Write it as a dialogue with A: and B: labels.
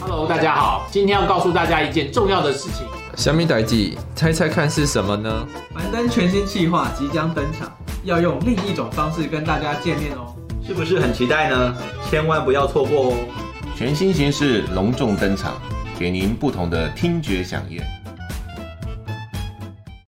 A: Hello，大家好，今天要告诉大家一件重要的事情。
B: 小米代记，猜猜看是什么呢？
C: 樊登全新企划即将登场，要用另一种方式跟大家见面哦。
D: 是不是很期待呢？千万不要错过哦！
E: 全新形式隆重登场，给您不同的听觉飨宴。